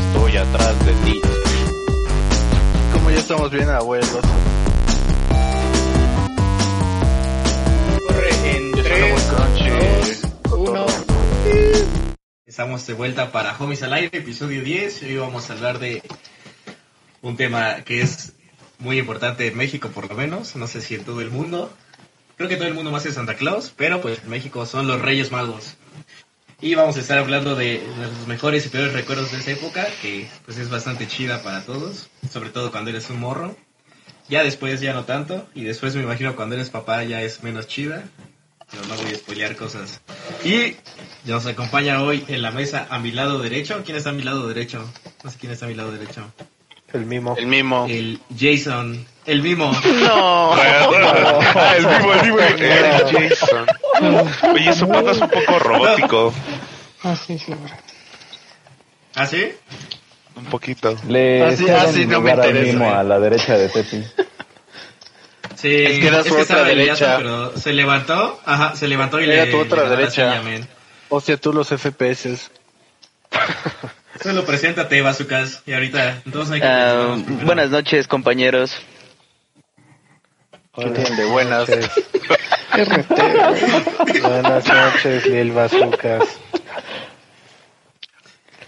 estoy atrás de ti. Como ya estamos bien abuelos. Corre en Yo sueno muy 3, crunchy. cotorro. 1. Estamos de vuelta para Homies al Aire, episodio 10. Hoy vamos a hablar de un tema que es muy importante en México, por lo menos. No sé si en todo el mundo. Creo que todo el mundo más es Santa Claus, pero pues en México son los Reyes Magos. Y vamos a estar hablando de los mejores y peores recuerdos de esa época, que pues es bastante chida para todos, sobre todo cuando eres un morro. Ya después ya no tanto, y después me imagino cuando eres papá ya es menos chida. Pero no voy a spoilear cosas. Y nos acompaña hoy en la mesa a mi lado derecho. ¿Quién está a mi lado derecho? No sé quién está a mi lado derecho. El mimo. El mimo. El Jason. El mimo. No. el vivo, el vivo. El Jason. Oye, su pata es un poco robótico. Así sí, hombre. ¿Ah, sí? Un poquito. Le Ah, sí, ah, cedan sí, no me lugar al interesa. mismo a la derecha de Tepi. Sí. Es que era su otra estaba Eliazo, derecha. pero se levantó. Ajá, se levantó y Era le tu otra le ganó la derecha. suya, men. Hostia, tú los FPS. Solo preséntate, Bazucas. Y ahorita, entonces hay que Ah, presentarnos primero. buenas noches, compañeros. ¿Qué tienen de buenas? Buenas noches, Lil Bazucas.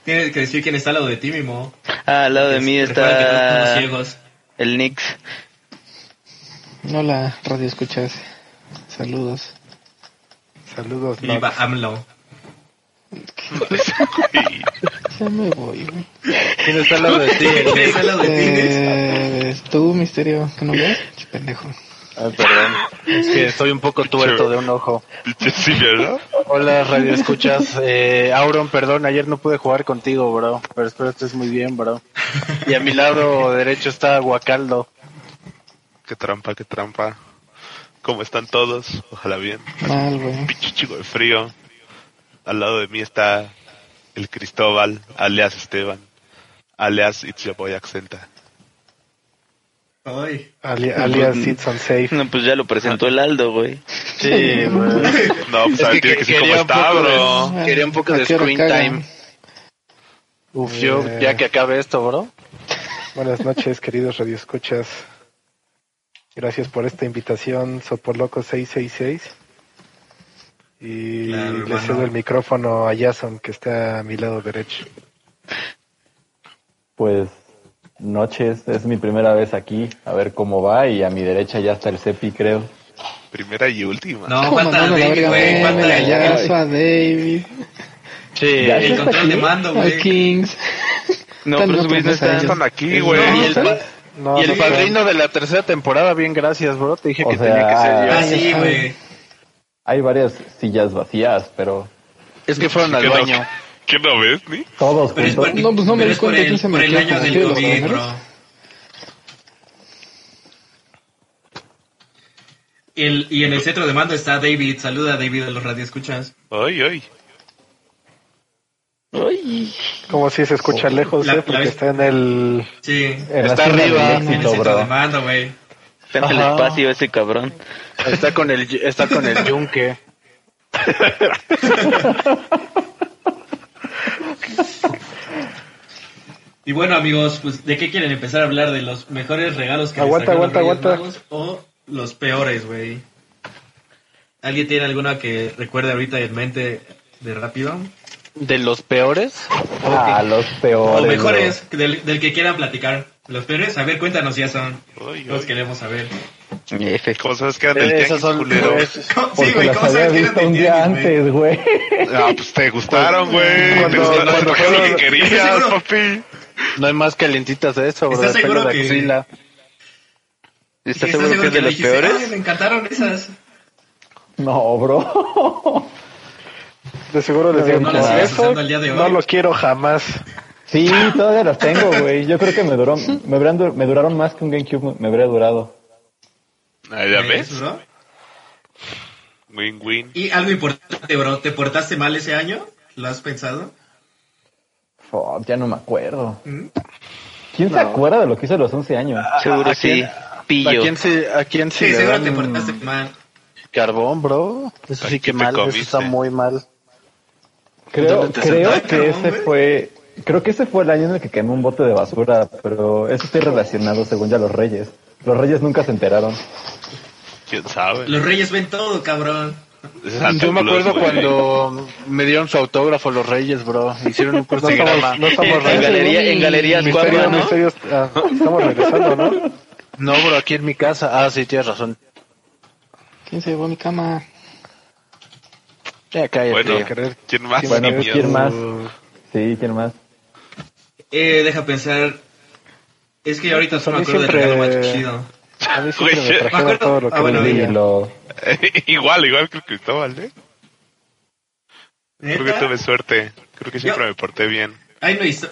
Tienes que decir quién está al lado de ti, mimo. Ah, al lado de mí Recuerda que todos somos está ciegos. el Nix. No la radio escuchas. Saludos. Saludos, Nox. Viva AMLO. Ya me voy, güey. ¿Quién está al lado de ti? ¿Quién está al lado de ti, Nix? Eh, tú, misterio, que no ves? Che, pendejo. Ay, perdón. Es que estoy un poco tuerto de un ojo. Pinche Silvia, ¿no? Hola, radio escuchas. Eh, Auron, perdón, ayer no pude jugar contigo, bro. Pero espero estés muy bien, bro. Y a mi lado derecho está Guacaldo. Qué trampa, qué trampa. ¿Cómo están todos? Ojalá bien. Mal, güey. Pinche chico de frío. Al lado de mí está el Cristóbal, alias Esteban, alias It's your boy Accenta. Ay. Ali- alias It's Unsafe. No, pues ya lo presentó el Aldo, güey. Sí, bro. No, pues Es ahora que tiene que decir cómo quería un está, poco de- bro. Quería un poco ¿A de qué hora screen cagan? time. Uf, yo, ya que acabe esto, bro. eh, Buenas noches, queridos radioescuchas. Gracias por esta invitación, Sopoloco 666. Y Claro, le hermano. cedo el micrófono a Jason, que está a mi lado derecho. Pues, noches. Es mi primera vez aquí. A ver cómo va. Y a mi derecha ya está el Cepi, creo. Primera y última. No, falta el David, güey. Falta el Paso a David. Sí, Ya El está control de mando, Al güey. Kings. No, Están pues, locos güey, no los está. años. Están aquí, y güey. el, pa- No, y el no sé. padrino de la tercera temporada, bien, gracias, bro. Te dije O que sea, tenía que ser yo. Ah, sí, güey. Hay varias sillas vacías, pero Es que fueron al ¿Qué no- baño. ¿Qué no ves, ni? todos Pero es juntos. porque- No, pues no me pero di es por cuenta el- quién se Por el metió año con del COVID, ustedes, ¿no? bro. Y el- y en el centro de mando está David. Saluda, David, a los radioescuchas. Ay, ay. Como si se escucha lejos, La- ¿eh? la Porque vez- está en el... Sí. En la Está cima del arriba, En el éxito, centro de bro. mando, güey. Está en el Ajá. espacio ese cabrón. Está con el, está con el yunque. Y bueno, amigos, pues, ¿de qué quieren empezar a hablar? ¿De los mejores regalos que les Aguanta, trajeron los aguanta, Reyes Magos ¿O los peores, güey? ¿Alguien tiene alguna que recuerde ahorita en mente de rápido? De los peores. Ah, los peores. O mejores, del, del que quieran platicar. Los peores, a ver, cuéntanos ya son. Ay, Los ay. queremos saber. F. Cosas que andan Eh, del esas tianguis, son- culero. es- ¿Cómo- Pues, Porque sí, güey, las ¿cómo sabes había que eran visto de un día tianguis, güey? antes, güey. Ah, pues te gustaron, güey. Te Cuando- gustaron, te cuando trajeron lo que fueron- querías, ¿Estás papi. No hay más calientitas de eso, bro. ¿Estás de pelo seguro de que- axila. ¿Estás seguro que es de le los dijiste, peores? "Ay, Me encantaron esas. No, bro. De seguro les digo, No las "Por sigas eso usando al día de no hoy". lo quiero jamás. Sí, todavía las tengo, güey. Yo creo que me duró, me, habrían dur- me duraron más que un GameCube, me habría durado. Ah, ¿Ya ¿Ves, ves? bro? Win, win. Y algo importante, bro. ¿Te portaste mal ese año? ¿Lo has pensado? Fuck, ya no me acuerdo. ¿Mm? ¿Quién se acuerda de lo que hice a los 11 años? Seguro ¿A Ah, sí. quién- ¿A Pillo. quién se, a quién se Sí, le seguro te dan portaste mal. carbón, bro? Eso ¿A sí que quién te mal, eso comiste? está muy mal. Creo, ¿Dónde te creo sentaste, que cabrón, ese güey? fue Creo que ese fue el año en el que quemé un bote de basura, pero eso está relacionado según ya los reyes. Los reyes nunca se enteraron. ¿Quién sabe? Los reyes ven todo, cabrón. Santa Yo me Claus, acuerdo güey. cuando me dieron su autógrafo los Reyes, bro. Hicieron un No programa. estamos, no estamos En regresando. galería, en galerías Misterio, cuadra, ¿no? misterios, ah, estamos regresando, ¿no? No, bro, aquí en mi casa. Ah, sí, tienes razón. ¿Quién se llevó mi cama? Ya cállate. Bueno, querer- ¿quién más? ¿quién Ni Bueno, pues, más? miedo. ¿quién más? Sí, ¿quién más? Eh, deja pensar. Es que ahorita A solo me mí acuerdo del siempre- regalo más chido. A mí siempre Güey, me me trajeron acuerdo- todo lo que ah, bueno, vendía. Sí, lo- igual, igual que el Cristóbal, ¿eh? Creo que ¿Neta? tuve suerte. Creo que siempre Yo- me porté bien. Hay una, histo-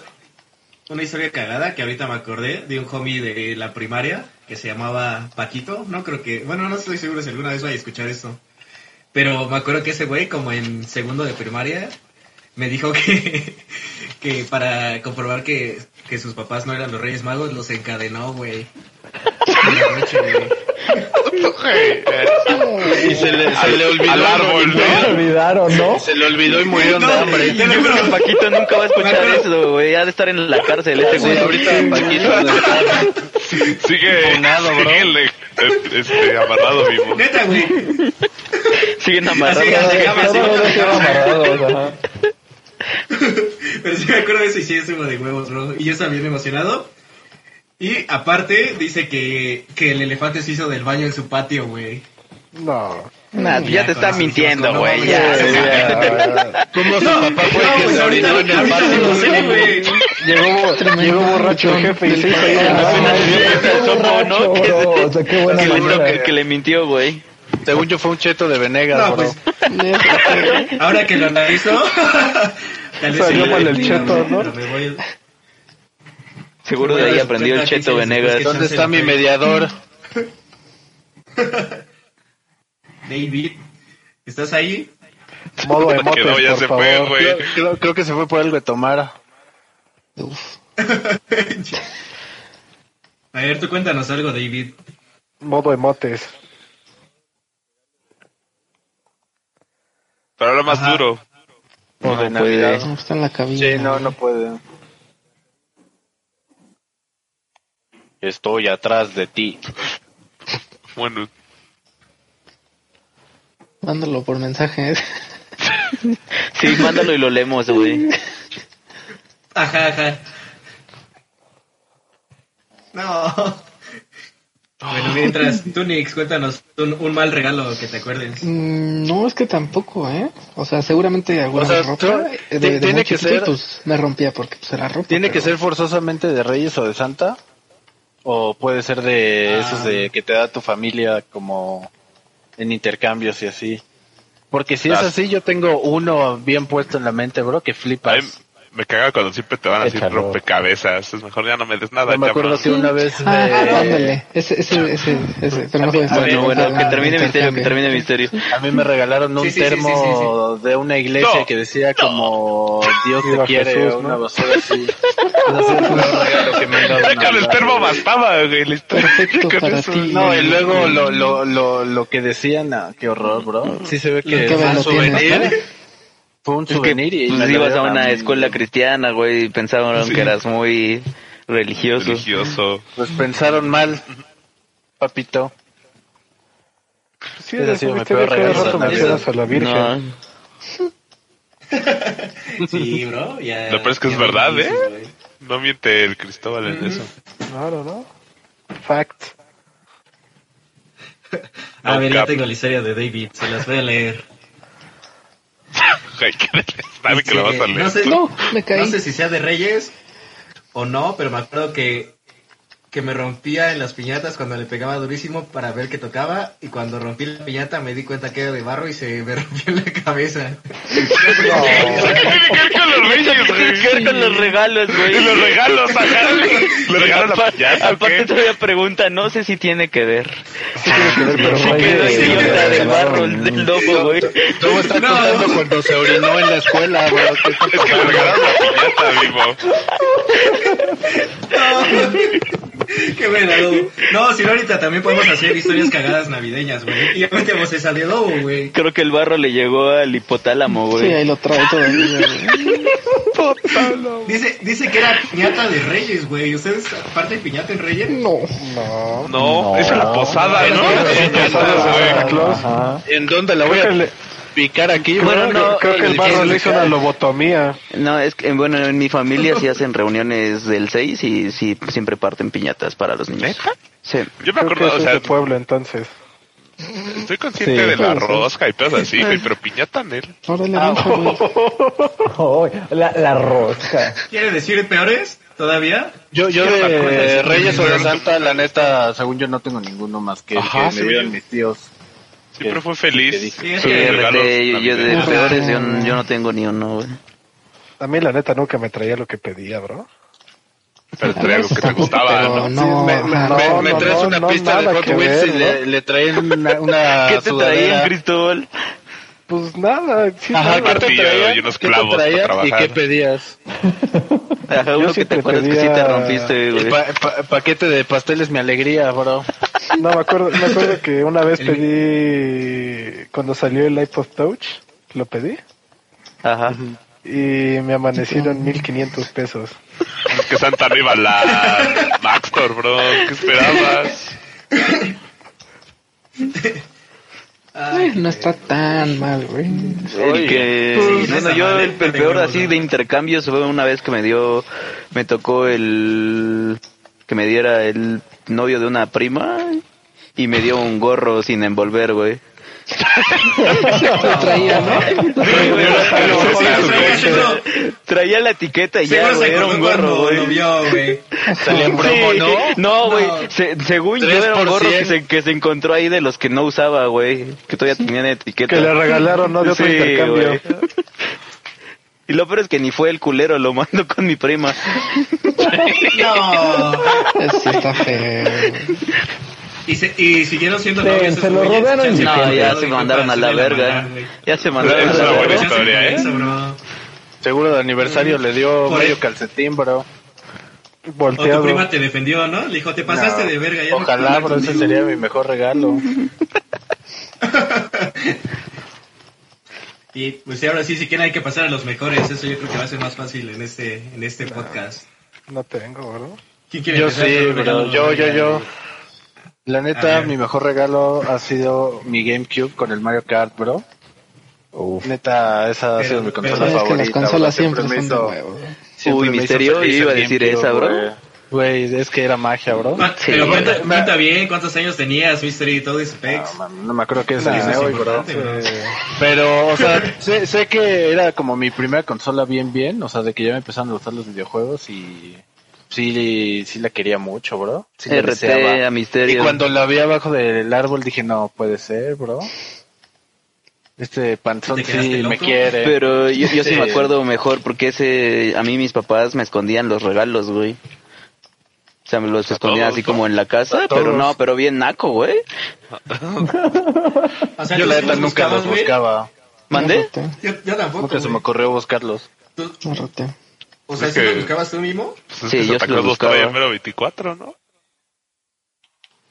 una historia cagada que ahorita me acordé de un homie de la primaria que se llamaba Paquito. No creo que, bueno, no estoy seguro si alguna vez vaya a escuchar esto. Pero me acuerdo que ese güey, como en segundo de primaria, me dijo que, que para comprobar que, que sus papás no eran los Reyes Magos, los encadenó, güey. En la noche, güey. Güey, eh, y se le, Ah, se al- le olvidó. al árbol, ¿no? Se olvidaron, ¿no? Se le olvidó y murieron No, de hambre. te lo juro. Paquito nunca va a escuchar Me acuerdo- eso, güey. Ha de estar en la cárcel ese güey. ahorita Paquito. sigue, Abonado, bro. sigue le- eh, este, amarrado vivo. Neta, güey. Siguen Así, amarrados. así, así. Todo lo que iba amarrado, ajá. Pero sí me acuerdo de eso y sí es uno de huevos, bro. Y yo estaba bien emocionado. Y aparte, dice que, que el elefante se hizo del baño en su patio, güey. No. Nah, ya te estás mintiendo, No, güey. güey, Ya. ¿Cómo su papá fue el que pues se ahorita, orinó en el ahorita patio? no sé, güey. Llegó, llegó borracho el jefe y se hizo ahí en Ah, la sí, sí, qué somos, borracho, ¿no? Que- bro. O sea, qué buena Qué bueno manera. que, que le mintió, güey. Según yo fue un cheto de Venegas, No, bro. pues, ahora que lo analizo. tal vez Salió sí, mal el güey, cheto, güey, ¿no? pero me voy- Seguro de Bueno, ahí es- aprendió el cuenta que Cheto sí, es- Venegas. es que- ¿Dónde está mi mediador? David, ¿estás ahí? Modo de motes, Quedó, ya por se favor. fue, güey. Creo, creo- creo que se fue por algo de tomar. A ver, tú cuéntanos algo, David. Modo de motes. Pero ahora más Ajá. duro. Por de Navidad. está en la cabina. Sí, no, no puede. Estoy atrás de ti. Bueno, Mándalo por mensajes. Sí, mándalo y lo leemos, güey. Ajá, ajá. No. Bueno, mientras, tú, Nix, cuéntanos un, un mal regalo que te acuerdes. Mm, No, es que tampoco, ¿eh? O sea, seguramente alguna sea, ropa tú- eh, de, ti- de tiene muy que chiquito, ser- pues me rompía porque pues era ropa. ¿Tiene que pero- ser forzosamente de Reyes o de Santa? ¿O puede ser de Ah. esos de que te da tu familia como en intercambios y así? Porque si es Las- así, yo tengo uno bien puesto en la mente, bro, que a mí flipas. me caga cuando siempre te van a decir Échalo. rompecabezas. Es mejor ya no me des nada. No me ya, acuerdo man. si una vez... Ah, eh, ándale. Ese, ese, ese, ese. Pero no fue ese. Bueno, bueno, Ah, que termine misterio, que intercambio. termine misterio. A mí me regalaron un Sí, sí, sí, termo sí, de una iglesia No, que decía como Dios te Viva quiere Jesús, o una ¿no? basura así. Ese fue el regalo que me han dado Ya en con el Navidad, termo güey. bastaba, güey. listo. Perfecto Con para eso. ti. No, y luego lo, lo, lo, lo que decían, ah, qué horror, bro. Sí se ve que ¿Qué fue un valor tiene? souvenir. Fue un Es que souvenir y me pues, lo ibas a dieron una mí. escuela cristiana, güey, y pensaron Sí. que eras muy religioso. Religioso. Pues pensaron mal, papito. Sí, Hubiera ese sido mi misterio peor cada regalo de rato Navidad. mencionas a la Virgen. No, Sí, bro, ya. Lo peor es que es ya verdad, dices, ¿eh? güey. No miente el Cristóbal en eso. Claro, ¿no? Fact. A No ver, ya cap. tengo la historia de David, se las voy a leer. Güey, ¿qué sabe que Sí, lo vas a leer? No sé, No, me caí. no sé si sea de Reyes o no, pero me acuerdo que, que me rompía en las piñatas cuando le pegaba durísimo para ver qué tocaba. Y cuando rompí la piñata me di cuenta que era de barro y se me rompió la cabeza. ¿Qué tiene que ver con los reyes, ¿Qué tiene que güey? ver con los regalos, Y güey? los regalos, ajá. Le regalaron la Aparte, payasa, ¿o aparte qué? todavía pregunta, no sé si tiene que ver. Pero Sí fue quedó de- ese de- idiota de- del barro, el del lobo, güey. ¿Cómo estás No. contando cuando se orinó en la escuela, bro? Es que le regalaron la piñata, vivo. Qué buena, Dobo. No, si no, ahorita también podemos hacer historias cagadas navideñas, güey. Y ya metemos esa de Dobo, güey. Creo que el barro le llegó al hipotálamo, Sí, güey. ahí lo trae todavía. güey. Dice, dice que era piñata de Reyes, güey. ¿Ustedes aparte de piñata en Reyes? No. No. No, es la posada, ¿no? Sí, ya sabes, güey. Santa Claus. Ajá. ¿En dónde la voy Creo que a le- picar aquí? Bueno, bro? no, Creo que el el barro Jesús le hizo una Jesús. lobotomía. No, es que, bueno, en mi familia sí hacen reuniones del 6 y sí, siempre parten piñatas para los niños. Sí. Yo me Creo que acuerdo, eso o es sea, de pueblo, entonces. estoy consciente Sí, de la puede ser. rosca y cosas así, güey, pero piñata en él. Órale, gancho, güey. Oh, la, la rosca. ¿Quiere decir peores todavía? Yo, yo Yo no me acuerdo de de eso. Reyes o de Santa, la neta, según yo no tengo ninguno más que el Ajá, que sí. me vieron mis tíos. Siempre ¿Qué? fue ¿Qué feliz. dije? sus Sí, Sí, de regalos repente, yo, yo de navideños. peores, yo, yo no tengo ni uno, güey. A mí, la neta, nunca me traía lo que pedía, bro. Pero A traía algo veces que te tampoco, gustaba, pero ¿no? No, Sí, me- me- ajá. me, No, me no, traes no, una no, pista de nada Hot que Wheels ver, y le, le traen una, una ¿Qué te traían, sudadera. Cristóbal? Pues nada, sí, Ajá, nada. ¿qué te Martillo traían? y unos ¿Qué te clavos para traían y trabajar. qué pedías? Ajá, Yo uno que te siempre acuerdas que sí pedía- te rompiste, El güey. pa- pa- paquete de pasteles mi alegría, bro. No, me acuerdo, me acuerdo que una vez pedí, cuando salió el iPod Touch, lo pedí, Ajá. y me amanecieron 1500 pesos. Es que Santa arriba la Maxtor, bro. ¿Qué esperabas? Ay, no está tan mal, güey. El que, Pues, bueno, esa yo el, maleta el de peor gordo. así de intercambios fue una vez que me dio, me tocó el, que me diera el novio de una prima y me dio un gorro sin envolver, güey. Lo traía, ¿no? Sí, güey, Pero, Sí, joder, sí, güey, sí, no. Traía la etiqueta y ya, Seguro se güey, era acordó un gorro, cuando güey. lo vio, güey. Salía en promo, Sí, ¿no? No, güey. No. se- según yo era un 3%. gorro que se, que se encontró ahí de los que no usaba, güey. Que todavía tenían etiqueta. Que le regalaron, ¿no? De otro Sí, intercambio. güey. Y lo peor es que ni fue el culero, lo mando con mi prima. No. Sí, está feo. güey. Y, se- y siguieron siendo Sí, novios. esos se lo güeyes. robaron Se han y- No, separado Ah, y ya se fue mandaron para a la hacerle verga. maldad, güey. Ya se mandaron a Es la una buena verga. historia, ¿eh? Eso, bro. Seguro de aniversario le dio Mm. Por medio eso. calcetín, bro. O tu Volteado. prima te defendió, ¿no? Le dijo, te pasaste No. de verga. Ya no Ojalá, quiero bro, ese contigo. sería mi mejor regalo. Y pues ahora sí, si quieren hay que pasar a los mejores. Eso yo creo que va a ser más fácil en este, en este podcast. No tengo, bro. ¿Quién quiere Yo empezar con sí, un regalo? bro. Yo, yo, yo. La A neta, ver. mi mejor regalo ha sido mi GameCube con el Mario Kart, bro. Uf. Neta, esa ha sido mi Pero- consola pero Es que favorita. las consolas bro. siempre me son de hizo- huevo. siempre Uy, me hizo Misterio, feliz yo el iba a decir GameCube, esa, bro. güey. Güey, es que era magia, bro. Ah, Sí. Pero cuenta, Me- cuenta bien cuántos años tenías, Mystery y todo ese pex. No, man, no me acuerdo qué es el Nah, día de es hoy, bro. importante, bro. Pero, o sea, sé, sé que era como mi primera consola bien, bien. O sea, de que ya me empezaron a gustar los videojuegos y sí, sí la quería mucho, bro. Sí la RT deseaba. a Y misterio. cuando la vi abajo del árbol dije, no, puede ser, bro. Este panzón ¿Te quedaste sí me loco? quiere. Pero yo, yo sí. Sí. me acuerdo mejor porque ese a mí mis papás me escondían los regalos, güey. O sea, me los escondían todos, así como en la casa, A pero todos. no, pero bien naco, güey. O sea, yo ¿tú la sí neta nunca los buscabas, los güey? buscaba. ¿Mandé? No roté, Yo, yo tampoco. Nunca se güey. me ocurrió buscarlos. ¿Tú- no roté. o sea, Es ¿sí que- los buscabas tú mismo? Pues es Sí, que yo Santa sí lo Claus los buscaba. traía en mero 24, ¿no?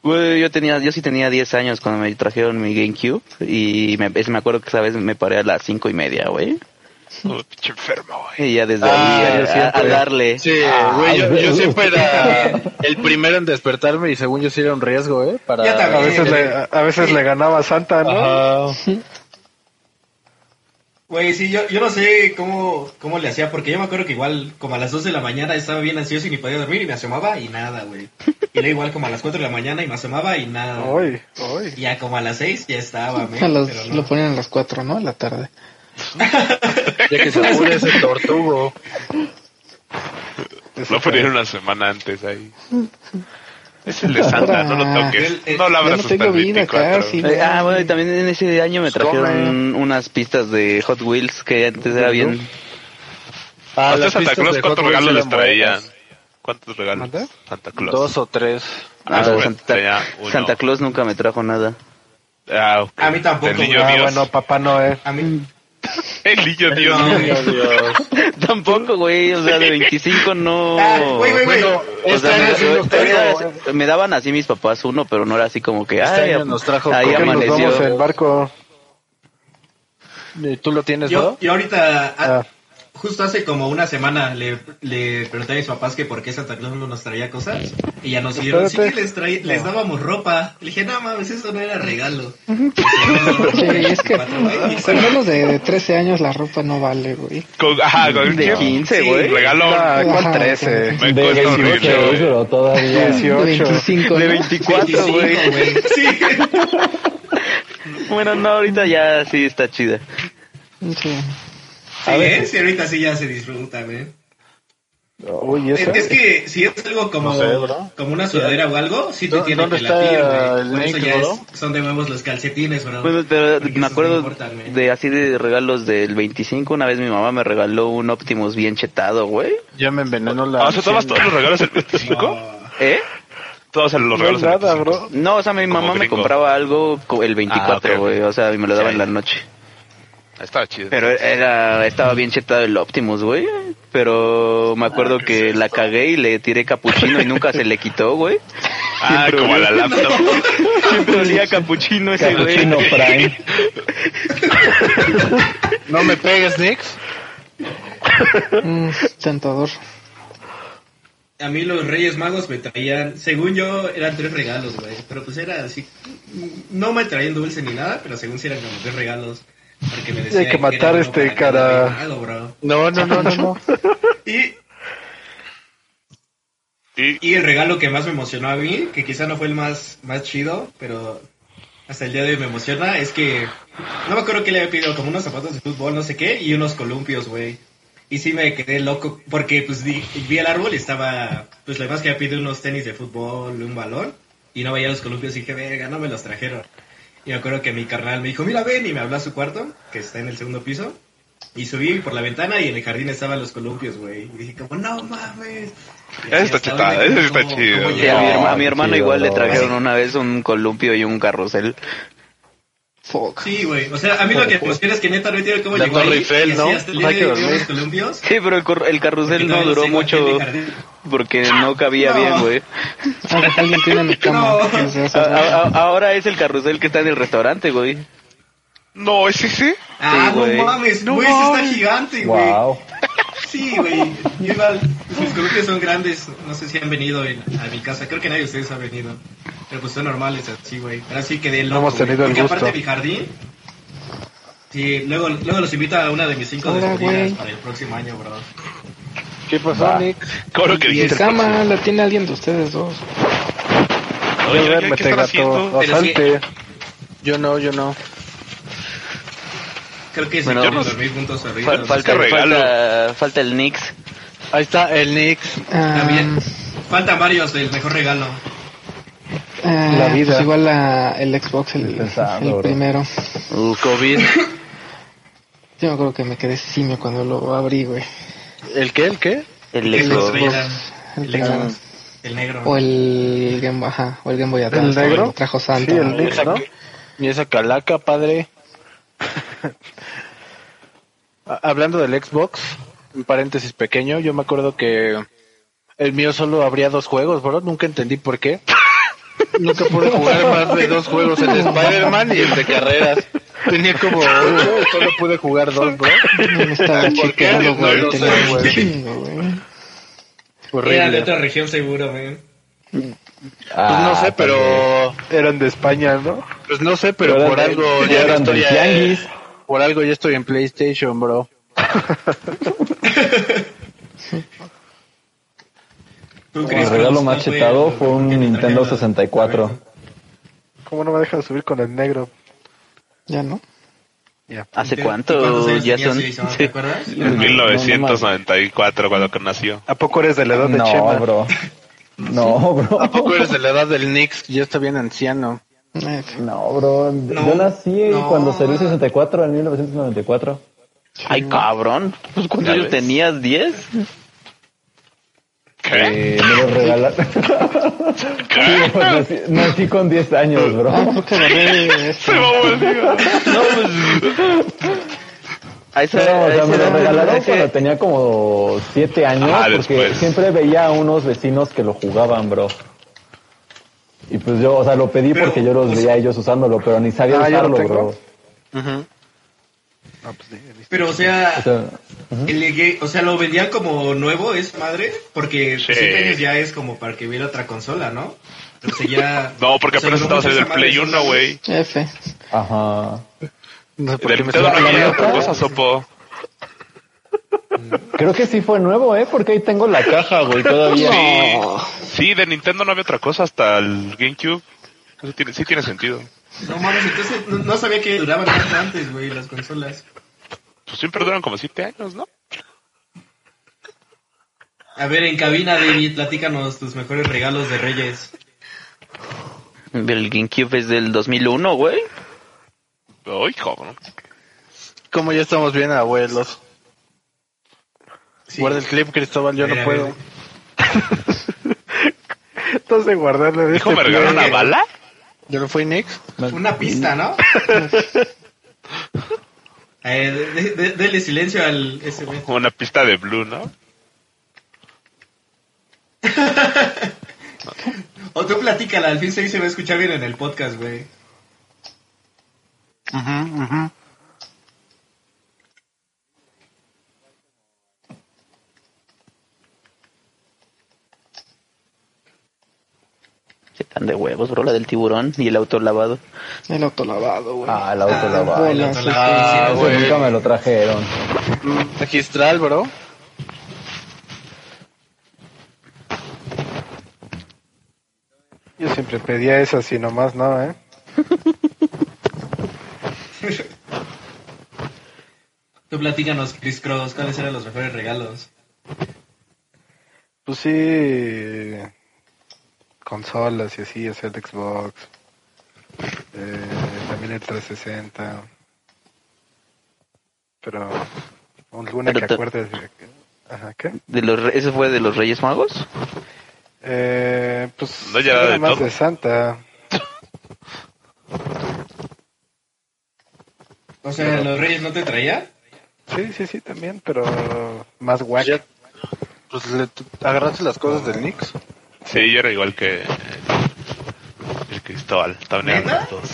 Güey, yo tenía, yo sí tenía 10 años cuando me trajeron mi GameCube y me, es- me acuerdo que esa vez me paré a las cinco y media, güey. Oh, pinche enfermo, güey. Y ya desde Ah, ahí yo a- a, siempre. a darle. Sí, güey, yo, yo siempre era el primero en despertarme y según yo sí era un riesgo, ¿eh? Para... Ya A también. veces, le, a a veces le ganaba a Santa, ¿no? Ajá. Güey, sí, yo, yo no sé cómo, cómo le hacía, porque yo me acuerdo que igual como a las 2 de la mañana estaba bien ansioso y ni podía dormir y me asomaba y nada, güey. Y luego igual como a las 4 de la mañana y me asomaba y nada. güey. Hoy, hoy. Y ya como a las 6 ya estaba, güey. A las- pero no. Lo ponían a las 4, ¿no? A la tarde. Ya que se apure ese tortugo. Lo Este, ponieron una semana antes ahí. Es el de Santa, no lo Él- toques. él- No lo Yo abras no hasta tengo el vida 24. casi. Eh, ah, güey. bueno, y también en ese año me Pues come. trajeron unas pistas de Hot Wheels que antes era bien. Ah, Hasta las Santa pistas Claus, de ¿cuántos Hot Wheels regalos les eran traían? buenas. ¿Cuántos regalos? ¿Manda? Santa Claus. Dos o tres. Ah, Ah, sí, bueno, tenía Santa, uno. Santa Claus nunca me trajo nada. Ah, ok. A mí tampoco, El niño Ah, Dios. Mm. bueno, papá Noé. A mí... El niño Dios. No, güey. güey. tampoco, güey. O sea, de 25 no. Ah, Güey, güey, güey. O sea, Este me, año sí yo- nos yo era- trajo- me daban así mis papás uno, pero no era así como que. Este ay, año nos trajo ahí coca, Creo que nos amaneció. vamos en barco. ¿Tú lo tienes, Yo, no? yo ahorita, a- Ah. justo hace como una semana, le, le pregunté a mis papás que por qué Santa Claus no nos traía cosas. Y ya nos dijeron, sí, Espérate. les, traí- les dábamos ropa. Le dije, no mames, eso no era regalo. Sí, es que con menos de, de 13 años la ropa no vale, güey. Con, ajá, con De 15, Sí, güey. Regalo. Ah, ¿cuál Ajá, 13? Me De cuesta 28 horrible, güey. euros todavía. 18. 25, De ¿no? 24, güey. Sí. Bueno, no, ahorita ya sí está chida. Sí. Sí, ¿eh? Sí, ahorita sí ya se disfruta, güey. Uy, Es, eso. es que si es algo como, No sé, ¿verdad? como una sudadera o algo, sí te ¿Dó- tiene dónde que está latir, güey. el Por eso link, ya bro? es- son de nuevos los calcetines, bro. Bueno, Pues, pero Porque me esos no acuerdo importan, güey. de así de regalos del 25. Una vez mi mamá me regaló un Optimus bien chetado, güey. Ya me envenenó la... Ah, o sea, ¿tomas todos los regalos el 25? No. ¿Eh? Todos los No es regalos el nada, 25. bro. No, o sea, mi Como mamá me gringo. compraba algo co- el 24, ok. güey. O sea, y me lo daba Sí. en la noche. Ah, Estaba chido. Pero era, estaba bien chetado el Optimus, güey. Pero me acuerdo que la cagué y le tiré capuchino y nunca se le quitó, güey. ah, como a la laptop. Siempre olía capuchino ese, güey. Cappuccino Prime. No me pegues, Nix. Mm, tentador. A mí los Reyes Magos me traían, según yo, eran tres regalos, güey. Pero pues era así, no me traían dulce ni nada, pero según si eran como tres regalos. Porque me decían Hay que matar era uno este para cada cara. regalo, bro. No, no, no, no, no. Y, Y y el regalo que más me emocionó a mí, que quizá no fue el más, más chido, pero hasta el día de hoy me emociona, es que no me acuerdo que le había pedido, como unos zapatos de fútbol, no sé qué, y unos columpios, güey. Y sí me quedé loco, porque pues di- vi el árbol y estaba, pues lo demás que había pedido unos tenis de fútbol, un balón, y no veía los columpios y dije, verga, no me los trajeron. Y me acuerdo que mi carnal me dijo, mira, ven, y me habló a su cuarto, que está en el segundo piso, y subí por la ventana y en el jardín estaban los columpios, güey. Y dije como, no mames. Y Eso está hasta ahora chetado, me quedé eso está como- chido. como Sí, a, mi ya- herma- a mi hermano sí, igual le no. trajeron una vez un columpio y un carrusel. Fuck. Sí, güey. O sea, a mí lo Pues, que me emociona es que neta no entiendo cómo La llegó ahí. Torre Eiffel, y así ¿no? hasta el día Hay que de hoy dormir. los columpios. Sí, pero el, cor- el carrusel no Porque duró tengo aquí en mi mucho jardín. porque no cabía No. bien, güey. Ah, que alguien tiene mi cama. No. que se hace A- raro. a- a- Ahora es el carrusel que está en el restaurante, güey. no, ¿es ese? Ah, no güey. mames, No güey, eso está mames. gigante, güey. Wow. Sí, güey. Yo Igual, los columpios son grandes. No sé si han venido en- a mi casa. Creo que nadie de ustedes ha venido. Pero pues son normales así, güey. Pero así quedé loco. hemos güey. tenido el Porque aparte gusto. mi jardín. Sí, luego, luego los invito a una de mis cinco Hola, despedidas güey. para el próximo año, bro. ¿Qué pasó, Va. Nix? Coro que Mi dijiste. cama la tiene alguien de ustedes dos. Oye, ¿qué- ¿qué, Duérmete, están gato. haciendo? Asalte. Yo no, yo no. Creo que si Bueno, quieren yo no- dormir juntos arriba. Fal- no falta, sé. regalo. falta, falta el Nix. Ahí está el Nix. Ah, También. Faltan varios del mejor regalo. ah, La vida. pues igual la- el Xbox, el, Pesado, el bro. primero. COVID. Yo me acuerdo que me quedé simio cuando lo abrí, güey. ¿El qué, el qué? El eh, El Xbox. Xbox. Era El el primero. Xbox. El negro. O el Game Boy, ajá, o el Game Boy Advance. ¿El negro? lo trajo Santa. Sí, el Nix, ¿no? Y esa calaca, padre. Ha- Hablando del Xbox, un paréntesis pequeño, yo me acuerdo que el mío solo abría dos juegos, bro. Nunca entendí por qué. Nunca pude jugar más de dos juegos, el de Spider-Man y el de carreras. Tenía como ocho, y solo pude jugar dos, bro. No me estaba checando, No güey. lo tenía sé, un güey. chingo, güey. Era de Horrible. otra región seguro, güey. Pues no Ah, sé, pero... Eran de España, ¿no? Pues no sé, pero Eran por de- algo ya eran estoy... del eh, tianguis. Por algo ya estoy en PlayStation, bro. ¿Tú El crees que regalo los- más no fue- chetado no fue un que te Nintendo trajeron? 64. ¿Cómo no me dejan subir con el negro? Ya no. ¿Hace ¿Tú cuánto? cuántos años Ya tenías, son. Jason? sí. ¿Te acuerdas? No, no, 1994, cuando que nació. ¿A poco eres de la edad de Chema? No, bro. No, ¿A poco bro. eres de la edad del Nix? Ya está bien anciano. Eh, No, bro. Yo nací no. cuando salió el 64 en 1994. Ay, cabrón. Pues, ¿Cuántos años tenías? ¿10? ¿Qué? Eh, me lo regalaron. Sí, pues, nací, nací con 10 años, bro. Ah, creo que agarré este. Se va a volver. A esa, No, o a sea, esa me lo edad, regalaron ese- cuando tenía como siete años Ah, porque después. siempre veía a unos vecinos que lo jugaban, bro. Y pues yo, o sea, lo pedí Pero, porque yo los o veía a ellos usándolo, pero ni sabía Ah, yo lo usarlo, tengo. bro. Ah, pues, ni- ni- Pero, o sea, O sea, el gay- o sea, lo vendían como nuevo, es madre, porque Sí. 7 años ya es como para que hubiera otra consola, ¿no? O sea, ya... No, porque o sea, apenas no estaba saliendo el muchas Play madres- 1, güey. F. ajá. No sé por Del qué me Nintendo suena- no había la otra neta. cosa, sopo. Creo que sí fue nuevo, ¿eh? Porque ahí tengo la caja, güey, todavía. Sí, sí, de Nintendo no había otra cosa hasta el GameCube. Eso tiene, sí tiene sentido. No mames, entonces no, no sabía que duraban tanto antes, güey, las consolas. Pues siempre duran como siete años, ¿no? A ver, en cabina, David, platícanos tus mejores regalos de Reyes. El GameCube es del 2001, güey. Ay, cabrón. Este Como ya estamos bien, abuelos. Sí. Guarda el clip, Cristóbal, yo A ver, no a puedo. ver. Entonces, guardarlo. ¿Dijo me regaló una bala? ¿Yo no fui Nick? Una pista, ¿no? Eh, de- de- dele silencio al ese güey. Una pista de Blue, ¿no? O tú platícala, al fin se se va a escuchar bien en el podcast, güey. Se tan de huevos, bro, la del tiburón y el auto lavado. El autolavado, güey. Ah, el auto Ah, la va. el bolas, auto sí, Ah, lavado, eso güey. nunca me lo trajeron. Mm, Magistral, bro. Yo siempre pedía esas y nomás no, ¿eh? Tú platícanos, Chris Cross, ¿cuáles eran los mejores regalos? Pues sí. Consolas y así, o sea, el Xbox. eh, también el 360. Pero. Alguna Pero que te- acuerdes. de- Ajá, ¿qué? De los, re- ¿Eso fue de los Reyes Magos? Eh, pues. No llegaba era de más todo. de Santa. O sea, ¿los Reyes no te traía? Sí, sí, sí, también, pero. Más guay. Ya- Pues le t- agarraste las cosas del Nix. Sí, yo era igual que el Cristóbal. También eran ¿Neta? los dos.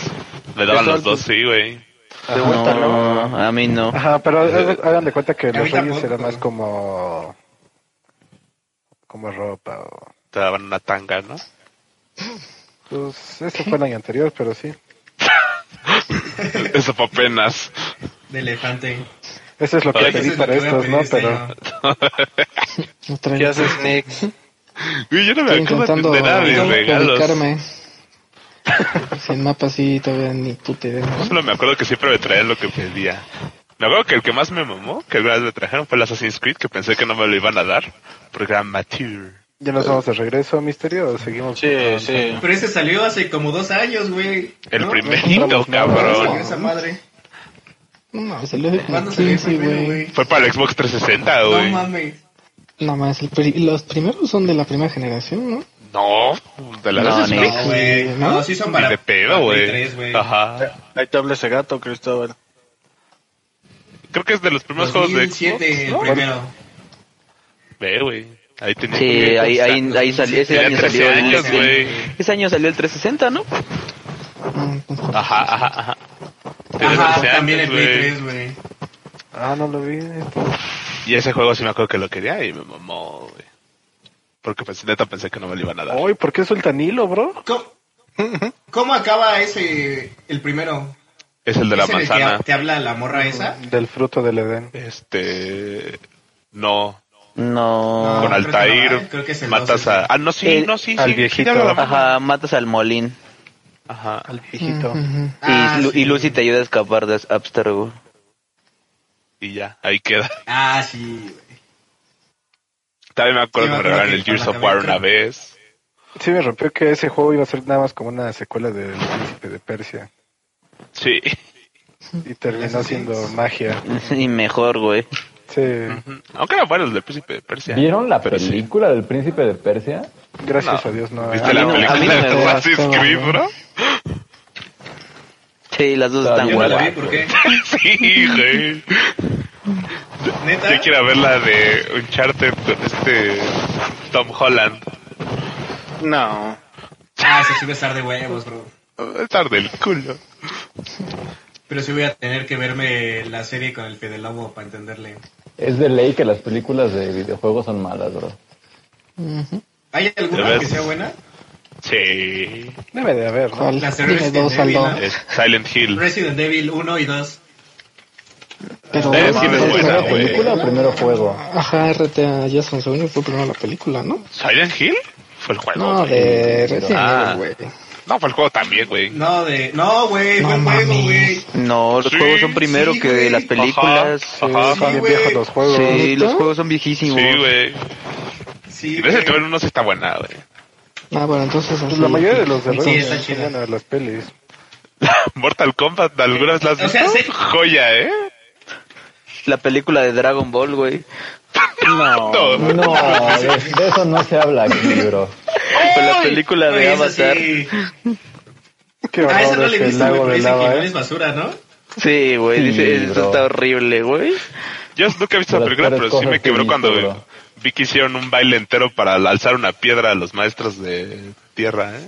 Me daban los dos, sí, güey. De vuelta, no. Eh, A mí no. Ajá, pero haz- hagan de cuenta que mí los reyes tampoco. era más como. como ropa o. Te daban una tanga, ¿no? Pues eso fue el año anterior, pero sí. Eso fue apenas. De elefante. Eso es lo que Ahora pedí Eso es lo para que voy a estos, pedir ¿no? este Pero. año. No traigo- ¿Qué haces, Nick? Güey, yo no me Estoy acuerdo intentando de nada de mis regalos. ubicarme. Sin mapa sí, todavía ni puta idea. Solo me acuerdo que siempre me traían lo que pedía. Me acuerdo que el que más me mamó, que alguna vez me trajeron, fue el Assassin's Creed, que pensé que no me lo iban a dar, porque era mature. ¿Ya nos vamos de regreso, misterio? ¿O seguimos? Sí, sí. Pero ese salió hace como dos años, güey. El Ah, ¿no? primerito, compramos nada. ¿Cuándo salió cabrón. esa madre? No mames, salió de como ¿Cuándo salió el 15, primero, güey. güey? Fue para el Xbox 360, No Ah, güey. mames. No mames, el pri- los primeros son de la primera generación, ¿no? No, de la No, Assassin's ni- Creed. No, güey. ¿no? No, sí son Ni para. de pedo, para Play tres, güey. Ajá. Ahí te habla ese gato, Cristóbal. Creo que es de los primeros juegos de Xbox. 2007, el primero. Ve, güey. Ahí tenía Sí, que- ahí, ahí, ahí salió, ese Tenía año 13 salió el, años, el- güey. ese año salió el 360, ¿no? Ah, entonces, Ajá, ajá, ajá. Tenía 13 Ajá, años, también el Play güey. 3, güey. Ah, no lo vi. Y ese juego sí me acuerdo que lo quería y me mamó, güey. Porque pensé, neta pensé que no me lo iban a dar. Uy, ¿por qué sueltan hilo, bro? ¿Cómo, cómo acaba ese, el primero? Es el de la ¿Es en el que manzana. ¿Te habla la morra esa? Del fruto del Edén. Este. No. No. Ah, creo Con que no, Altair ¿eh? Creo que es el matas doce. a. Ah, no, sí, El- no, sí. al sí, viejito. sí, habla la mamá. Ajá, matas al molín. Ajá. Al viejito. ujú. Y, Lu- y Ah, sí. Lucy te ayuda a escapar de Abster, güey. Y ya, ahí queda. Ah, sí, güey. También me acuerdo Sí, que me me acuerdo regalaron que el Gears cuando of War también una vez. Sí, me rompió que ese juego iba a ser nada más como una secuela del Príncipe de Persia. Sí. Y terminó siendo magia. y mejor, güey. Sí, Mm. Ujú. Aunque eran buenos del Príncipe de Persia. ¿Vieron la Pero sí. película del Príncipe de Persia? gracias No. a Dios no. ¿Viste A la mí no- a mí no película me de gustó, Assassin's Creed, bro? Sí, las dos Está están Yo no la vi, bien. buenas. guapa, ¿por güey. qué? sí, güey. ¿Neta? Yo quiero ver la de Uncharted con este Tom Holland. No. Ah, se sí voy a estar de huevos, bro. Estar del culo. Pero sí voy a tener que verme la serie con el Fede Lobo para entenderle. Es de ley que las películas de videojuegos son malas, bro. ¿Hay ¿Te alguna ves? que sea buena? Sí. Debe de haber, ¿no? ¿Cuál? Las Tiene Resident dos al Evil, dos. ¿no? Es Silent Hill. Resident Evil 1 y 2. Pero Eh, dos, sí, no es dos, buena, dos. güey. ¿Película o primero juego? Ajá, RTA Jason Según yo, fue primero la película, ¿no? ¿Silent Hill? Fue el juego. No, güey. de Resident Ah. Evil, güey. No, fue el juego también, güey. No, de. No, güey, No fue un juego, mames. güey. No, los Sí, juegos son primero sí, que güey. las películas. Ajá, Son ajá. Sí, bien güey. viejos los juegos. Sí, ¿Neta? los juegos son viejísimos. Sí, güey. Sí, Y ves el güey. uno sí está buena, güey. Ah, bueno, entonces así. Pues la mayoría de los de Sí, Resident está Evil chida. son buenas las pelis. Mortal Kombat, ¿alguna vez la has O visto? sea, sí. Joya, ¿eh? La película de Dragon Ball, güey. Oh, No. No, de, de eso no se habla aquí, bro. Fue la película Güey, de esa Avatar. Sí, sí. Qué Ah, esa horror no es le que el viste, güey, lago pero dicen que de lava, no ¿eh? es basura, ¿no? güey. Sí, dice, esto bro. está horrible, güey. Yo nunca he visto la Las película, peores pero sí cosas me que he quebró visto, cuando bro. vi que hicieron un baile entero para alzar una piedra a los maestros de tierra, ¿eh?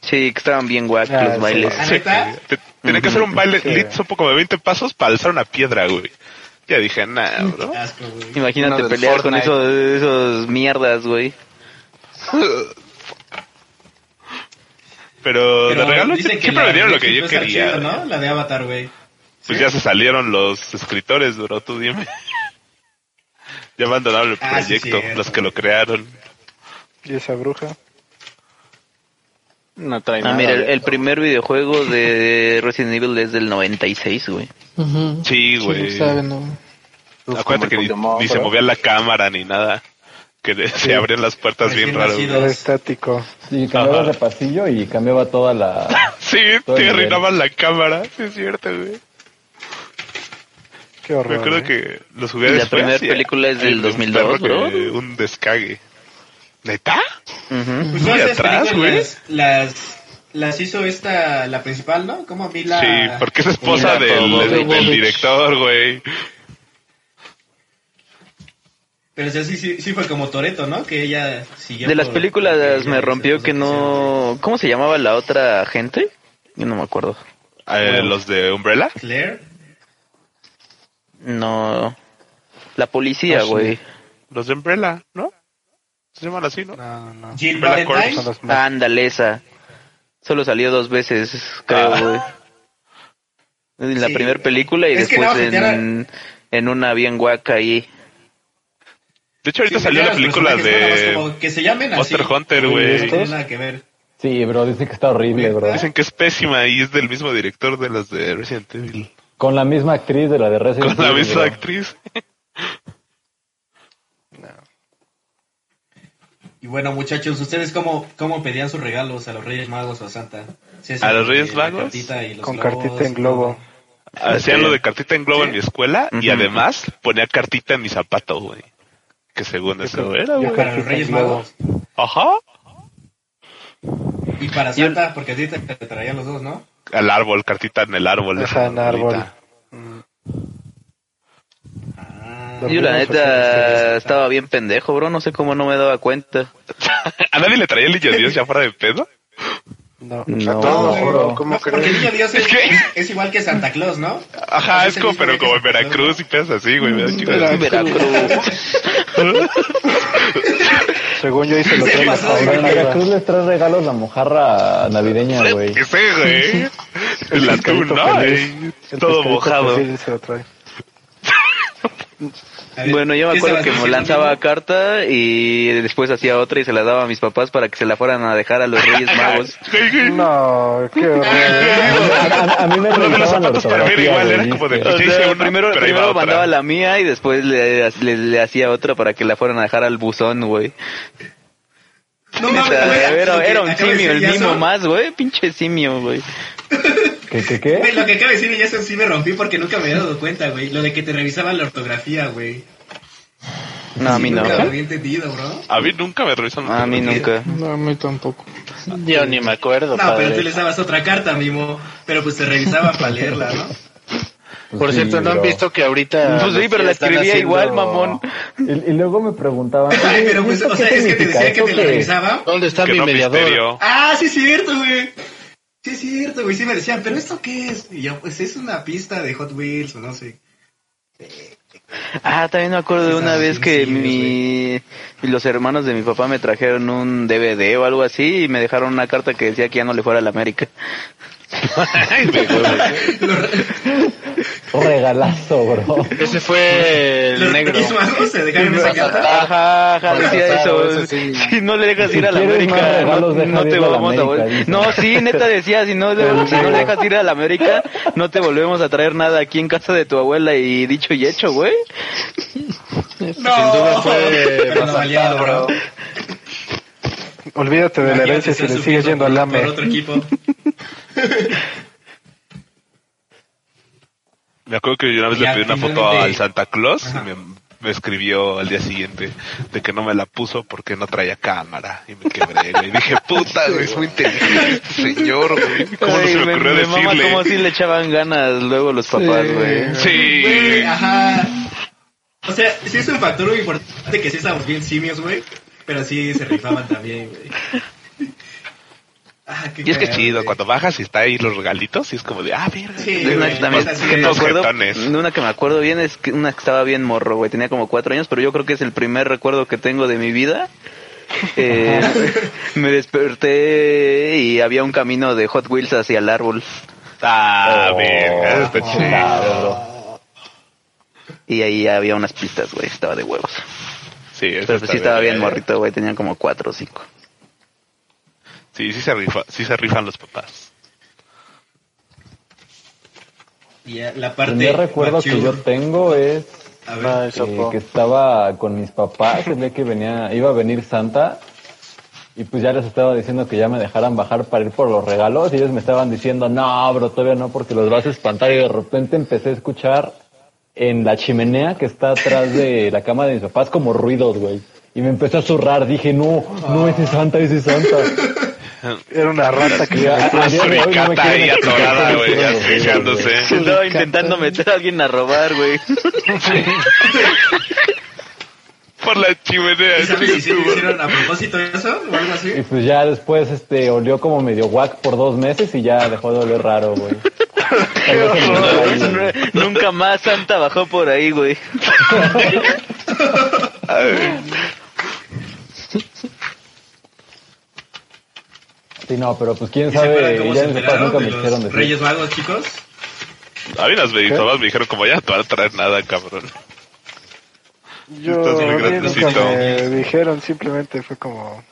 Sí, que estaban bien guac Ah, los sí. bailes. ¿La neta? Te- tenía que hacer un baile lit, un poco de 20 pasos para alzar una piedra, güey. Ya dije, nah, bro. Asco, güey. Imagínate Uno del pelear con Fortnite. esos, esos mierdas, güey. Pero Pero, de regalo dicen sie- que siempre la me dieron de lo que yo Netflix va a estar quería. chido, güey. ¿no? La de Avatar, güey. Pues ya se salieron los escritores, bro, tú dime. Ya abandonaron el Ah, sí, proyecto, cierto. los que lo crearon. Y esa bruja. No trae Ah, nada. mira, el, de- el primer videojuego de Resident Evil es del 96, güey. Ujú. Sí, güey. Sí, saben, ¿no? Uf, Acuérdate que como el ni, Pokémon, ni se ¿verdad? movía la cámara ni nada. Que de- se abrían las puertas Recién bien raro. güey. nacido. Era estático. Y cambiaba Ajá. de pasillo y cambiaba toda la... Sí, Todo te bien. arruinaban la cámara, sí es cierto, güey. Qué horror. Me acuerdo ¿eh? que los jugué después. primera sí, película es hay del un 2002, perro ¿no? que- Un descague. ¿Neta? Ujú. Pues Muy no esas atrás, películas güey. Las, las, las hizo esta, la principal, ¿no? ¿Cómo vi la...? Sí, porque es esposa Mila del, del, Jovovich. director, güey. Pero o sea, sí, sí, sí fue como Toreto, ¿no? Que ella siguió... De las por- películas ella me hizo pues, rompió cosas que no... ¿Cómo se llamaba la otra gente? Yo no me acuerdo. Eh, los de Umbrella. hicieron. Claire. No... La policía, güey. Los de Umbrella, ¿no? Se llaman así, ¿no? No, no. Jill Bella Thorne Valentine. Son los Ah, más. Ándale, esa. Solo salió dos veces, creo, Ah. güey. En la Sí, primera güey. película y Es que después nada más se en, en una bien guaca ahí. De hecho, ahorita Sí, Pues, salió mira, la los película personajes, nada de más como Que se llamen así. Monster Hunter, No güey. tiene nada que ver. Sí, bro, dice que está horrible, bro. Dicen que es pésima y es del mismo director de las de Resident Evil. Con la misma actriz de la de Resident Con la Evil, misma bro. actriz. Y bueno, muchachos, ¿ustedes cómo, cómo pedían sus regalos a los Reyes Magos o a Santa? Sí, ¿A los Reyes la Magos? cartita y los Con globos cartita en y globo. Hacían lo de cartita en globo en Sí. mi escuela y Ujú. además ponía cartita en mi zapato, güey. Que según eso era, Yo güey. todo. Para cartita los en Reyes globo. Magos. Ajá. Y para Santa, porque a ti te, te traían los dos, ¿no? Al árbol, cartita en el árbol. Ajá, en árbol. arbolita. Ah, Los Yo la mismos socialistas. neta estaba bien pendejo, bro. No sé cómo no me daba cuenta. ¿A nadie le traía el niño Dios ya fuera de pedo? No. No, No, no, bro. ¿Cómo No, porque el niño Dios es, Es que- es- es igual que Santa Claus, ¿no? Ajá, es como, pero como en Veracruz y cosas así, güey. me da un chingo de- Veracruz. Veracruz. Según yo hice lo Se que pasó de Pero en Ahora Veracruz les trae regalos la mojarra navideña, güey. ¿Qué ¿eh? sé, güey? El atún, ¿no? Ahí, Todo mojado. se lo trae. A ver, Bueno, yo me ¿qué acuerdo estabas que me diciendo, lanzaba amigo? carta y después hacía otra y se la daba a mis papás para que se la fueran a dejar a los Reyes Magos. No, qué horror. A, a- a mí me Lo de los reventaban la zapatos para mí era ortografía, igual, era güey, como de ¿viste? O Yo sea, hice una, primero pero ahí va primero otra. mandaba la mía y después le, le- le hacía otra para que la fueran a dejar al buzón, güey. No Neta, mames, güey, lo era, que era un acaba de simio, el decir mismo Jason- más, güey. Pinche simio, güey. ¿Qué, qué, ¿eh? Güey, qué? lo que acaba de decir Jason sí me rompí porque nunca me había dado cuenta, güey. Lo de que te revisaban la ortografía, güey. No, a mí no. Nunca lo había entendido, bro. A mí nunca me revisaron. A mí nunca. No, a mí tampoco. Yo ni me acuerdo, No, pero tú padre. les dabas otra carta, Mimo. Pero pues te revisaba para leerla, ¿no? Por sí, cierto, ¿no han pero- visto que ahorita... Pues sí, pero la están escribía haciendo- igual, mamón. Y, y luego me preguntaban, Ay, "Oye, pero pues, ¿esto o sea, qué es que te significa? decía que ¿Esto me la qué?". revisaba. ¿Dónde está que mi no mediador? misterio. Ah, sí es cierto, güey. Sí es cierto, güey. Sí me decían, pero ¿esto qué es? Y yo, pues es una pista de Hot Wheels o no sé. Ah, también me acuerdo de Esas una vez que mi, insignias, los hermanos de mi papá me trajeron un DVD o algo así y me dejaron una carta que decía que ya no le fuera a la América. Ay, güey, güey. Regalazo, bro. Ese fue el Los negro. mismos, o sea, dejaron esa carta. Ajá, ajá, Bueno, decía claro, eso. eso sí. Si no le dejas Si ir a la quieres más América, no, regalos, deja no de te ir a la vamos a América, volver. dice. No, sí, neta decía, si no, le, si no le dejas ir a la América, no te volvemos a traer nada aquí en casa de tu abuela y dicho y hecho, güey. No, Sin duda fue Pero no valía, bro. Olvídate de la Imagínate herencia si estar le sigues sufriendo yendo al por- AME. Por otro equipo. Me acuerdo que yo una vez Ya, le pedí una foto finalmente- al Santa Claus Ajá. y me, me escribió al día siguiente de que no me la puso porque no traía cámara. Y me quebré, güey. Dije, puta, güey, es muy inteligente, este señor, güey. ¿Cómo no Ay, se me me, ocurrió me mama decirle? cómo así le echaban ganas luego los papás, güey. Sí, Güey, ajá. O sea, sí es un factor muy importante que sí estamos bien simios, güey. Pero sí se rifaban también, güey. Ah, qué Y es que cagado, chido, güey. cuando bajas y está ahí los regalitos, y es como de, ah, verga. Sí, De una, güey, también es así que de- me acuerdo, jetones. de una que me acuerdo bien es que una que estaba bien morro, güey. Tenía como cuatro años, pero yo creo que es el primer recuerdo que tengo de mi vida. Eh, me desperté y había un camino de Hot Wheels hacia el árbol. Ah, Oh, verga, eso está qué chido. chulado, bro. Y ahí había unas pistas, güey. Estaba de huevos. Sí, eso Pero pues está sí estaba bien verga. morrito, güey. Tenía como cuatro o cinco. Sí, sí se, rifa, sí se rifan los papás. Y ya, la El parte. primer recuerdo que yo mature. tengo es A ver. Ah, Ay, eh, sopo. que estaba con mis papás el día que venía, iba a venir Santa y pues ya les estaba diciendo que ya me dejaran bajar para ir por los regalos y ellos me estaban diciendo no, bro, todavía no porque los vas a espantar y de repente empecé a escuchar en la chimenea que está atrás de la cama de mis papás como ruidos, güey. Y me empezó a zurrar, dije, no, no, ese es Santa, ese es Santa. Era una rata que Y a- a día de hoy no me Suricata ahí quieren explicar atorada, cómo güey, fueron ya los ruidos, güey. fijándose. Estaba intentando meter a alguien a robar, güey. Por la chimenea. ¿Y sabes si se lo estuvo. hicieron a propósito eso o algo así? Y pues ya después este olió como medio guac por dos meses y ya dejó de oler raro, güey. Tal vez el olor ahí, güey. Nunca más Santa bajó por ahí, güey. Sí, no, pero pues quién ¿Y se acuerdan sabe, cómo ya se mis papás enteraron nunca me de hicieron los decir. Reyes Magos, chicos? A mí las me me dijeron como ya no te van a traer nada, cabrón. yo Estás muy a mí nunca grandecito. me dijeron, simplemente fue como...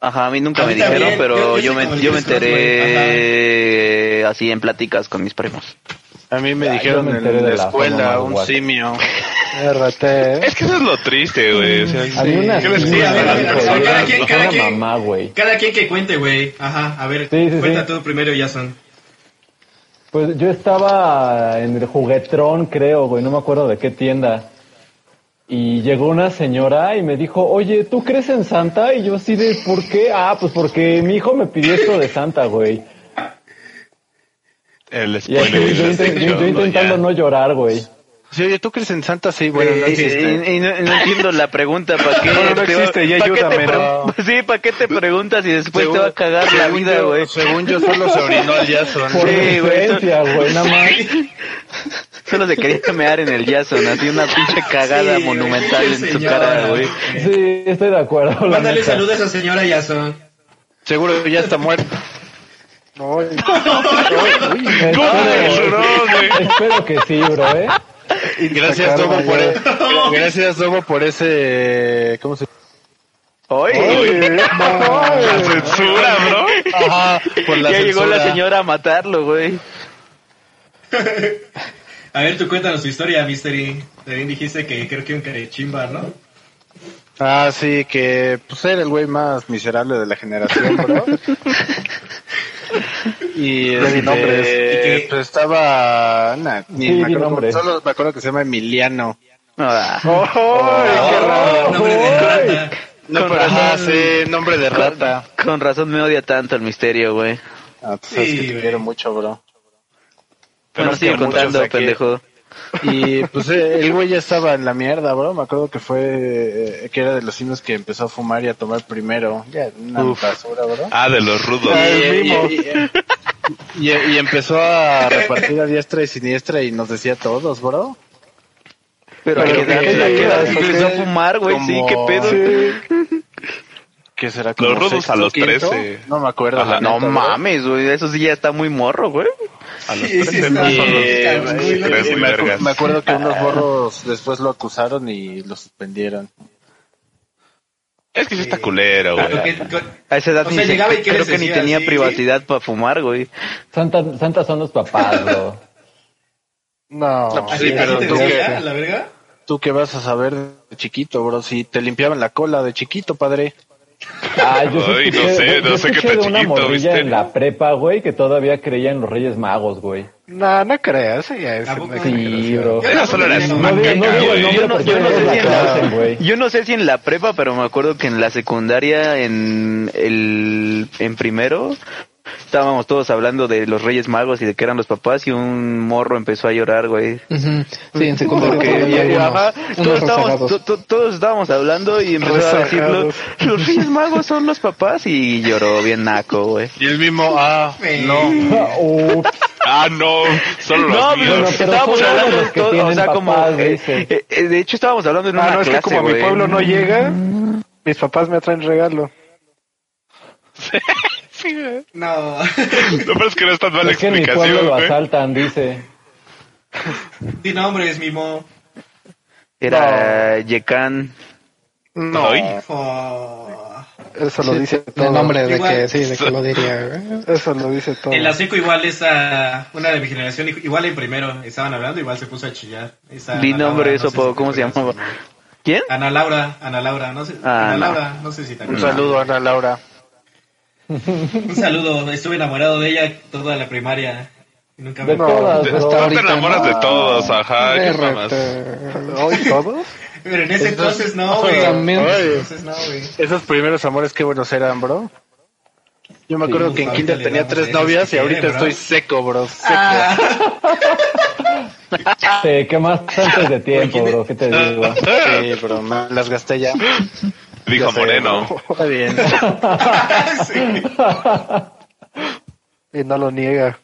Ajá, a mí nunca A me mí también, dijeron, pero yo- yo yo sí me, como yo me dices, enteré así en pláticas con mis primos. A mí me Ah, yo dijeron me enteré en de la la escuela fama, un guac. simio. "Eh, raté, ¿eh?". Es que eso es lo triste, güey. O sea, Había una ¿Qué les niña, Sí, cuesta a ver, a ver, a ver, las güey, cada cosas, quien, no? cada una quien. mamá, güey. Cada quien que cuente, güey. Ajá, a ver, Sí, sí, cuenta sí. tú primero, Jason. Pues yo estaba en el juguetrón, creo, güey, no me acuerdo de qué tienda. Y llegó una señora y me dijo, oye, ¿tú crees en Santa? Y yo así de, ¿por qué? Ah, pues porque mi hijo me pidió esto de Santa, güey. El Y así, spoiler. yo, les inten- digo, yo- yo intentando ya. no llorar, güey. Sí, oye, ¿tú crees en Santa? Sí, bueno, no Eh, existe. eh, y no, no entiendo la pregunta, ¿para qué? No, no te va- existe, ya ¿pa' qué te ayúdame, pre- no. Sí, ¿para qué te preguntas y después Según- te va a cagar la según vida, yo- güey? Según yo, solo se orinó el Jason. Por Sí, güey, diferencia, güey, nada más. Solo se quería mear en el Jason, así una pinche cagada Sí, güey, monumental en pinche su señora, cara, güey. Sí, estoy de acuerdo. la Mándale neta. saludos a esa señora Jason. Seguro que ya está muerto. No, y- ¿Cómo te Espero, lloró, güey? espero que sí, bro, ¿eh? Gracias, sacaron Dogo, por, allá. e- gracias, Dogo, por ese... ¿Cómo se Oye, Oye, La no, censura, bro. Ajá, por la ya llegó la censura. señora a matarlo, güey. A ver, tú cuéntanos tu historia, Mystery. También dijiste que creo que un carechimba, ¿no? Ah, sí, que pues era el güey más miserable de la generación, bro. y di este, nombres. ¿Y qué? pues, estaba nah, ni Sí, me di acuerdo, cómo- nombres. solo me acuerdo que se llama Emiliano. Ah. Oh, nombre de rata. No, Con pero ajá, razón. sí, nombre de rata. Con razón me odia tanto el misterio, güey. Ah, pues sabes Sí, que te güey. quiero mucho, bro. Bueno, Pero sigue que muchos contando, aquí- pendejo. Y pues eh, el güey ya estaba en la mierda, bro. Me acuerdo que fue, eh, que era de los signos que empezó a fumar y a tomar primero. Ya, una basura, bro. Ah, de los rudos. Y, y- y- y- y empezó a repartir a diestra y siniestra y nos decía a todos, bro. Pero, Pero ¿qué ¿qué edad? edad ¿Qué edad? ibas, Empezó a ok? fumar, güey, sí, qué Como- pedo. ¿Qué será? Los como rudos sexto, a los quinto? 13. No me acuerdo. Ajá. la No neta, bro. mames, güey, eso sí ya está muy morro, güey. A los Sí, sí, tres está. años son los- Eh, Los güey, eh, tres me, muy acu- vergas. me acuerdo que unos borros después lo acusaron y lo suspendieron. Es que sí está culero, güey. Lo que- con- A esa edad O ni sea, se- llegaba y ¿qué creo les que ni decía? tenía Sí, privacidad para fumar, güey. Santa, Santa son los papás, bro. No. No, pues ¿Así sí, pero te tú decía, que, la verga? tú que vas a saber de chiquito, bro, si te limpiaban la cola de chiquito, padre. Ah, yo sí Ay, no escuché- sé, yo- no yo sé qué escuché tan de una chiquito, morrilla ¿viste? en la prepa, güey, que todavía creía en los Reyes Magos, güey. No, no creas, eso ya es Tampoco. una Sí, exageración. bro. Eso solo era su No digo, no macaca, digo el güey. nombre Yo no, porque yo no luego sé la si en conocen, la, güey. yo no sé si en la prepa, pero me acuerdo que en la secundaria, en el, en primero, estábamos todos hablando de los Reyes Magos y de que eran los papás y un morro empezó a llorar, güey. Ujú. Sí, en secundaria. Porque todavía ya- había ajá, unos- todos, unos estábamos, rezagados. to- to- todos estábamos hablando y empezó a decir los, Rezagados. los Reyes Magos son los papás y lloró bien naco, güey. Y el mismo, ah, no. Ups. Ah, no, solo los No, míos. pero Bueno, pero estábamos son hablando los de que todo, o sea, tienen como... papás, eh, dicen. eh, eh, de hecho, estábamos hablando en Ah, una no, es que clase, como mi güey. pueblo no llega, mis papás me traen regalo. No. Lo peor es que no es tan mala Es que en mi pueblo explicación, lo güey. asaltan, dice. Di nombres, Mimo. Era Yekan. No, Ay, Oh. eso lo Sí, dice el todo. nombre de Igual. que, sí, de que lo diría, güey. Eso lo dice todo. En la seco igual esa, una de mi generación, igual en primero, estaban hablando, igual se puso a chillar. Esa Di Ana nombre Laura, eso, no sé Pau, si te ¿cómo se acuerdas. llamaba? ¿Quién? Ana Laura, Ana Laura, no sé, Ah, Ana no. Laura, no sé si te un acuerdas. saludo a Ana Laura. Un saludo, estuve enamorado de ella toda la primaria. y Nunca me... De todas, tú bro. hasta te ahorita, enamoras de no. todos, Ah, ajá, Ah, qué mamas. Berreta. ¿Hoy todos? Pero en ese entonces no, güey. También. Entonces no, güey. Esos primeros amores, qué buenos eran, bro. Yo me acuerdo que en ahorita kinder le tenía damos tres de esas novias que y ahorita quiere, bro. estoy seco, bro. Seco. Te quemaste antes de tiempo, Oye, bro. ¿Qué te digo? Sí, bro, me las gasté ya. Dijo Ya sé, Moreno. bro. Está bien. Y no lo niega.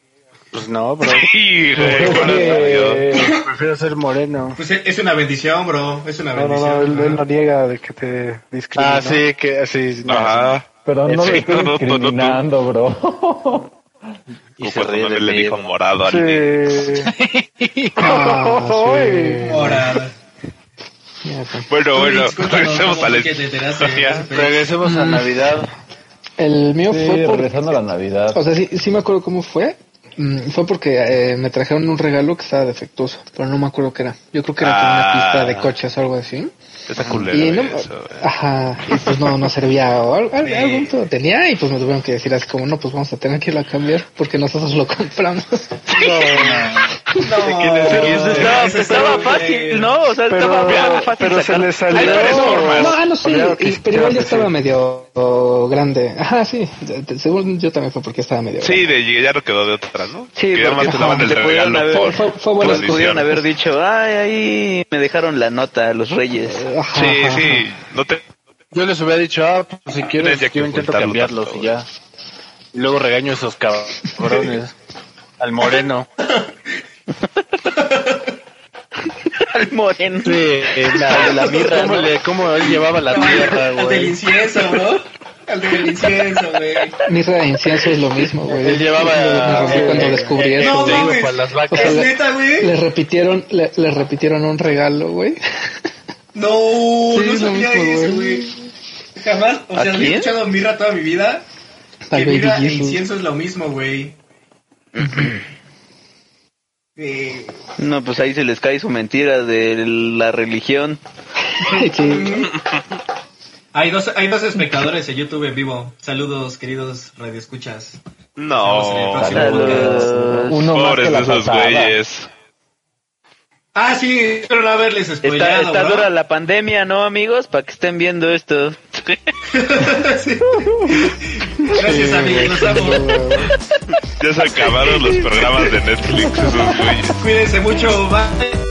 Pues no, bro. Sí, güey, Es con que- Prefiero ser moreno. Pues es una bendición, bro. Es una No, no, bendición. no, él, bro. él lo niega de que te discrimina. Ah, sí, que sí. no, Ajá. Pero no Sí, me estoy no, no, no, no. discriminando, bro. Y Como se cuando ríe no de le mí, dijo bro. morado al niño. Sí. Ah, sí. Ahora, Fíjate. Bueno, bueno, Discúlpanos, regresemos ¿cómo al fue que te enteraste de Ya. ese pedo? Regresemos a Navidad. El mío Sí, fue por regresando a la Navidad. O sea, sí, sí me acuerdo cómo fue. Mm, fue porque eh, me trajeron un regalo que estaba defectuoso, pero no me acuerdo qué era. Yo creo que era como Ah. una pista de coches o algo así. Esa culera Y no, eso, eh. güey. ajá, y pues no, no servía o algo, algo, algo pedo tenía y pues me tuvieron que decir así como, no, pues vamos a tener que irlo a cambiar porque nosotros lo compramos. Eso estaba, Ese estaba fue- fácil, ¿no? O sea, estaba Eh, Pero, bien fácil pero se sacarlo. le salió. tres formas. No, ah, no sé, Claro que y- sí, pero claro igual ya que estaba sí. medio oh, grande. Ajá, sí, de- de- según yo también fue porque estaba medio grande. Sí, de, ya no quedó de otra, ¿no? Sí, que además porque te daban no, el te pudieron regalo haber- por fue- fue bueno, posición. Pudieron haber dicho, ay, ahí me dejaron la nota los reyes. Ajá, Sí, ajá, ajá. sí, no te... Yo les hubiera dicho, ah, pues si quieres, Tendría que yo intento ocultarlo cambiarlos tanto, y ya. Y luego regaño a esos cabrones. Al moreno. Al moreno. Sí, la, de la mirra. ¿Cómo, le, cómo él llevaba la tierra, Al del güey? incienso, bro. Al del incienso, güey. Mirra de incienso es lo mismo, güey. Él llevaba- Me enojé cuando eh, descubrí eh, eso. No te digo, mames. para las vacas. Es neta, güey. Le repitieron, le, le repitieron un regalo, güey. No, Sí, no es lo sabía mismo, eso, güey. güey. Jamás, o ¿A sea, quién? había escuchado mirra toda mi vida. Al Que Baby mirra e Jesus. incienso es lo mismo, güey. Eh, No, pues ahí se les cae su mentira de la religión. Sí. hay dos, hay dos espectadores en YouTube en vivo. Saludos, queridos radioescuchas. No, Saludos. Oh, Saludos. Uno más que pobres de la esos pasada. güeyes. Ah, sí, espero no haberles Está, spoileado, está bro. dura la pandemia, ¿no, amigos? Para que estén viendo esto. Gracias, amigos, los amo. Ya se acabaron los programas de Netflix, esos güeyes. Cuídense mucho, bye.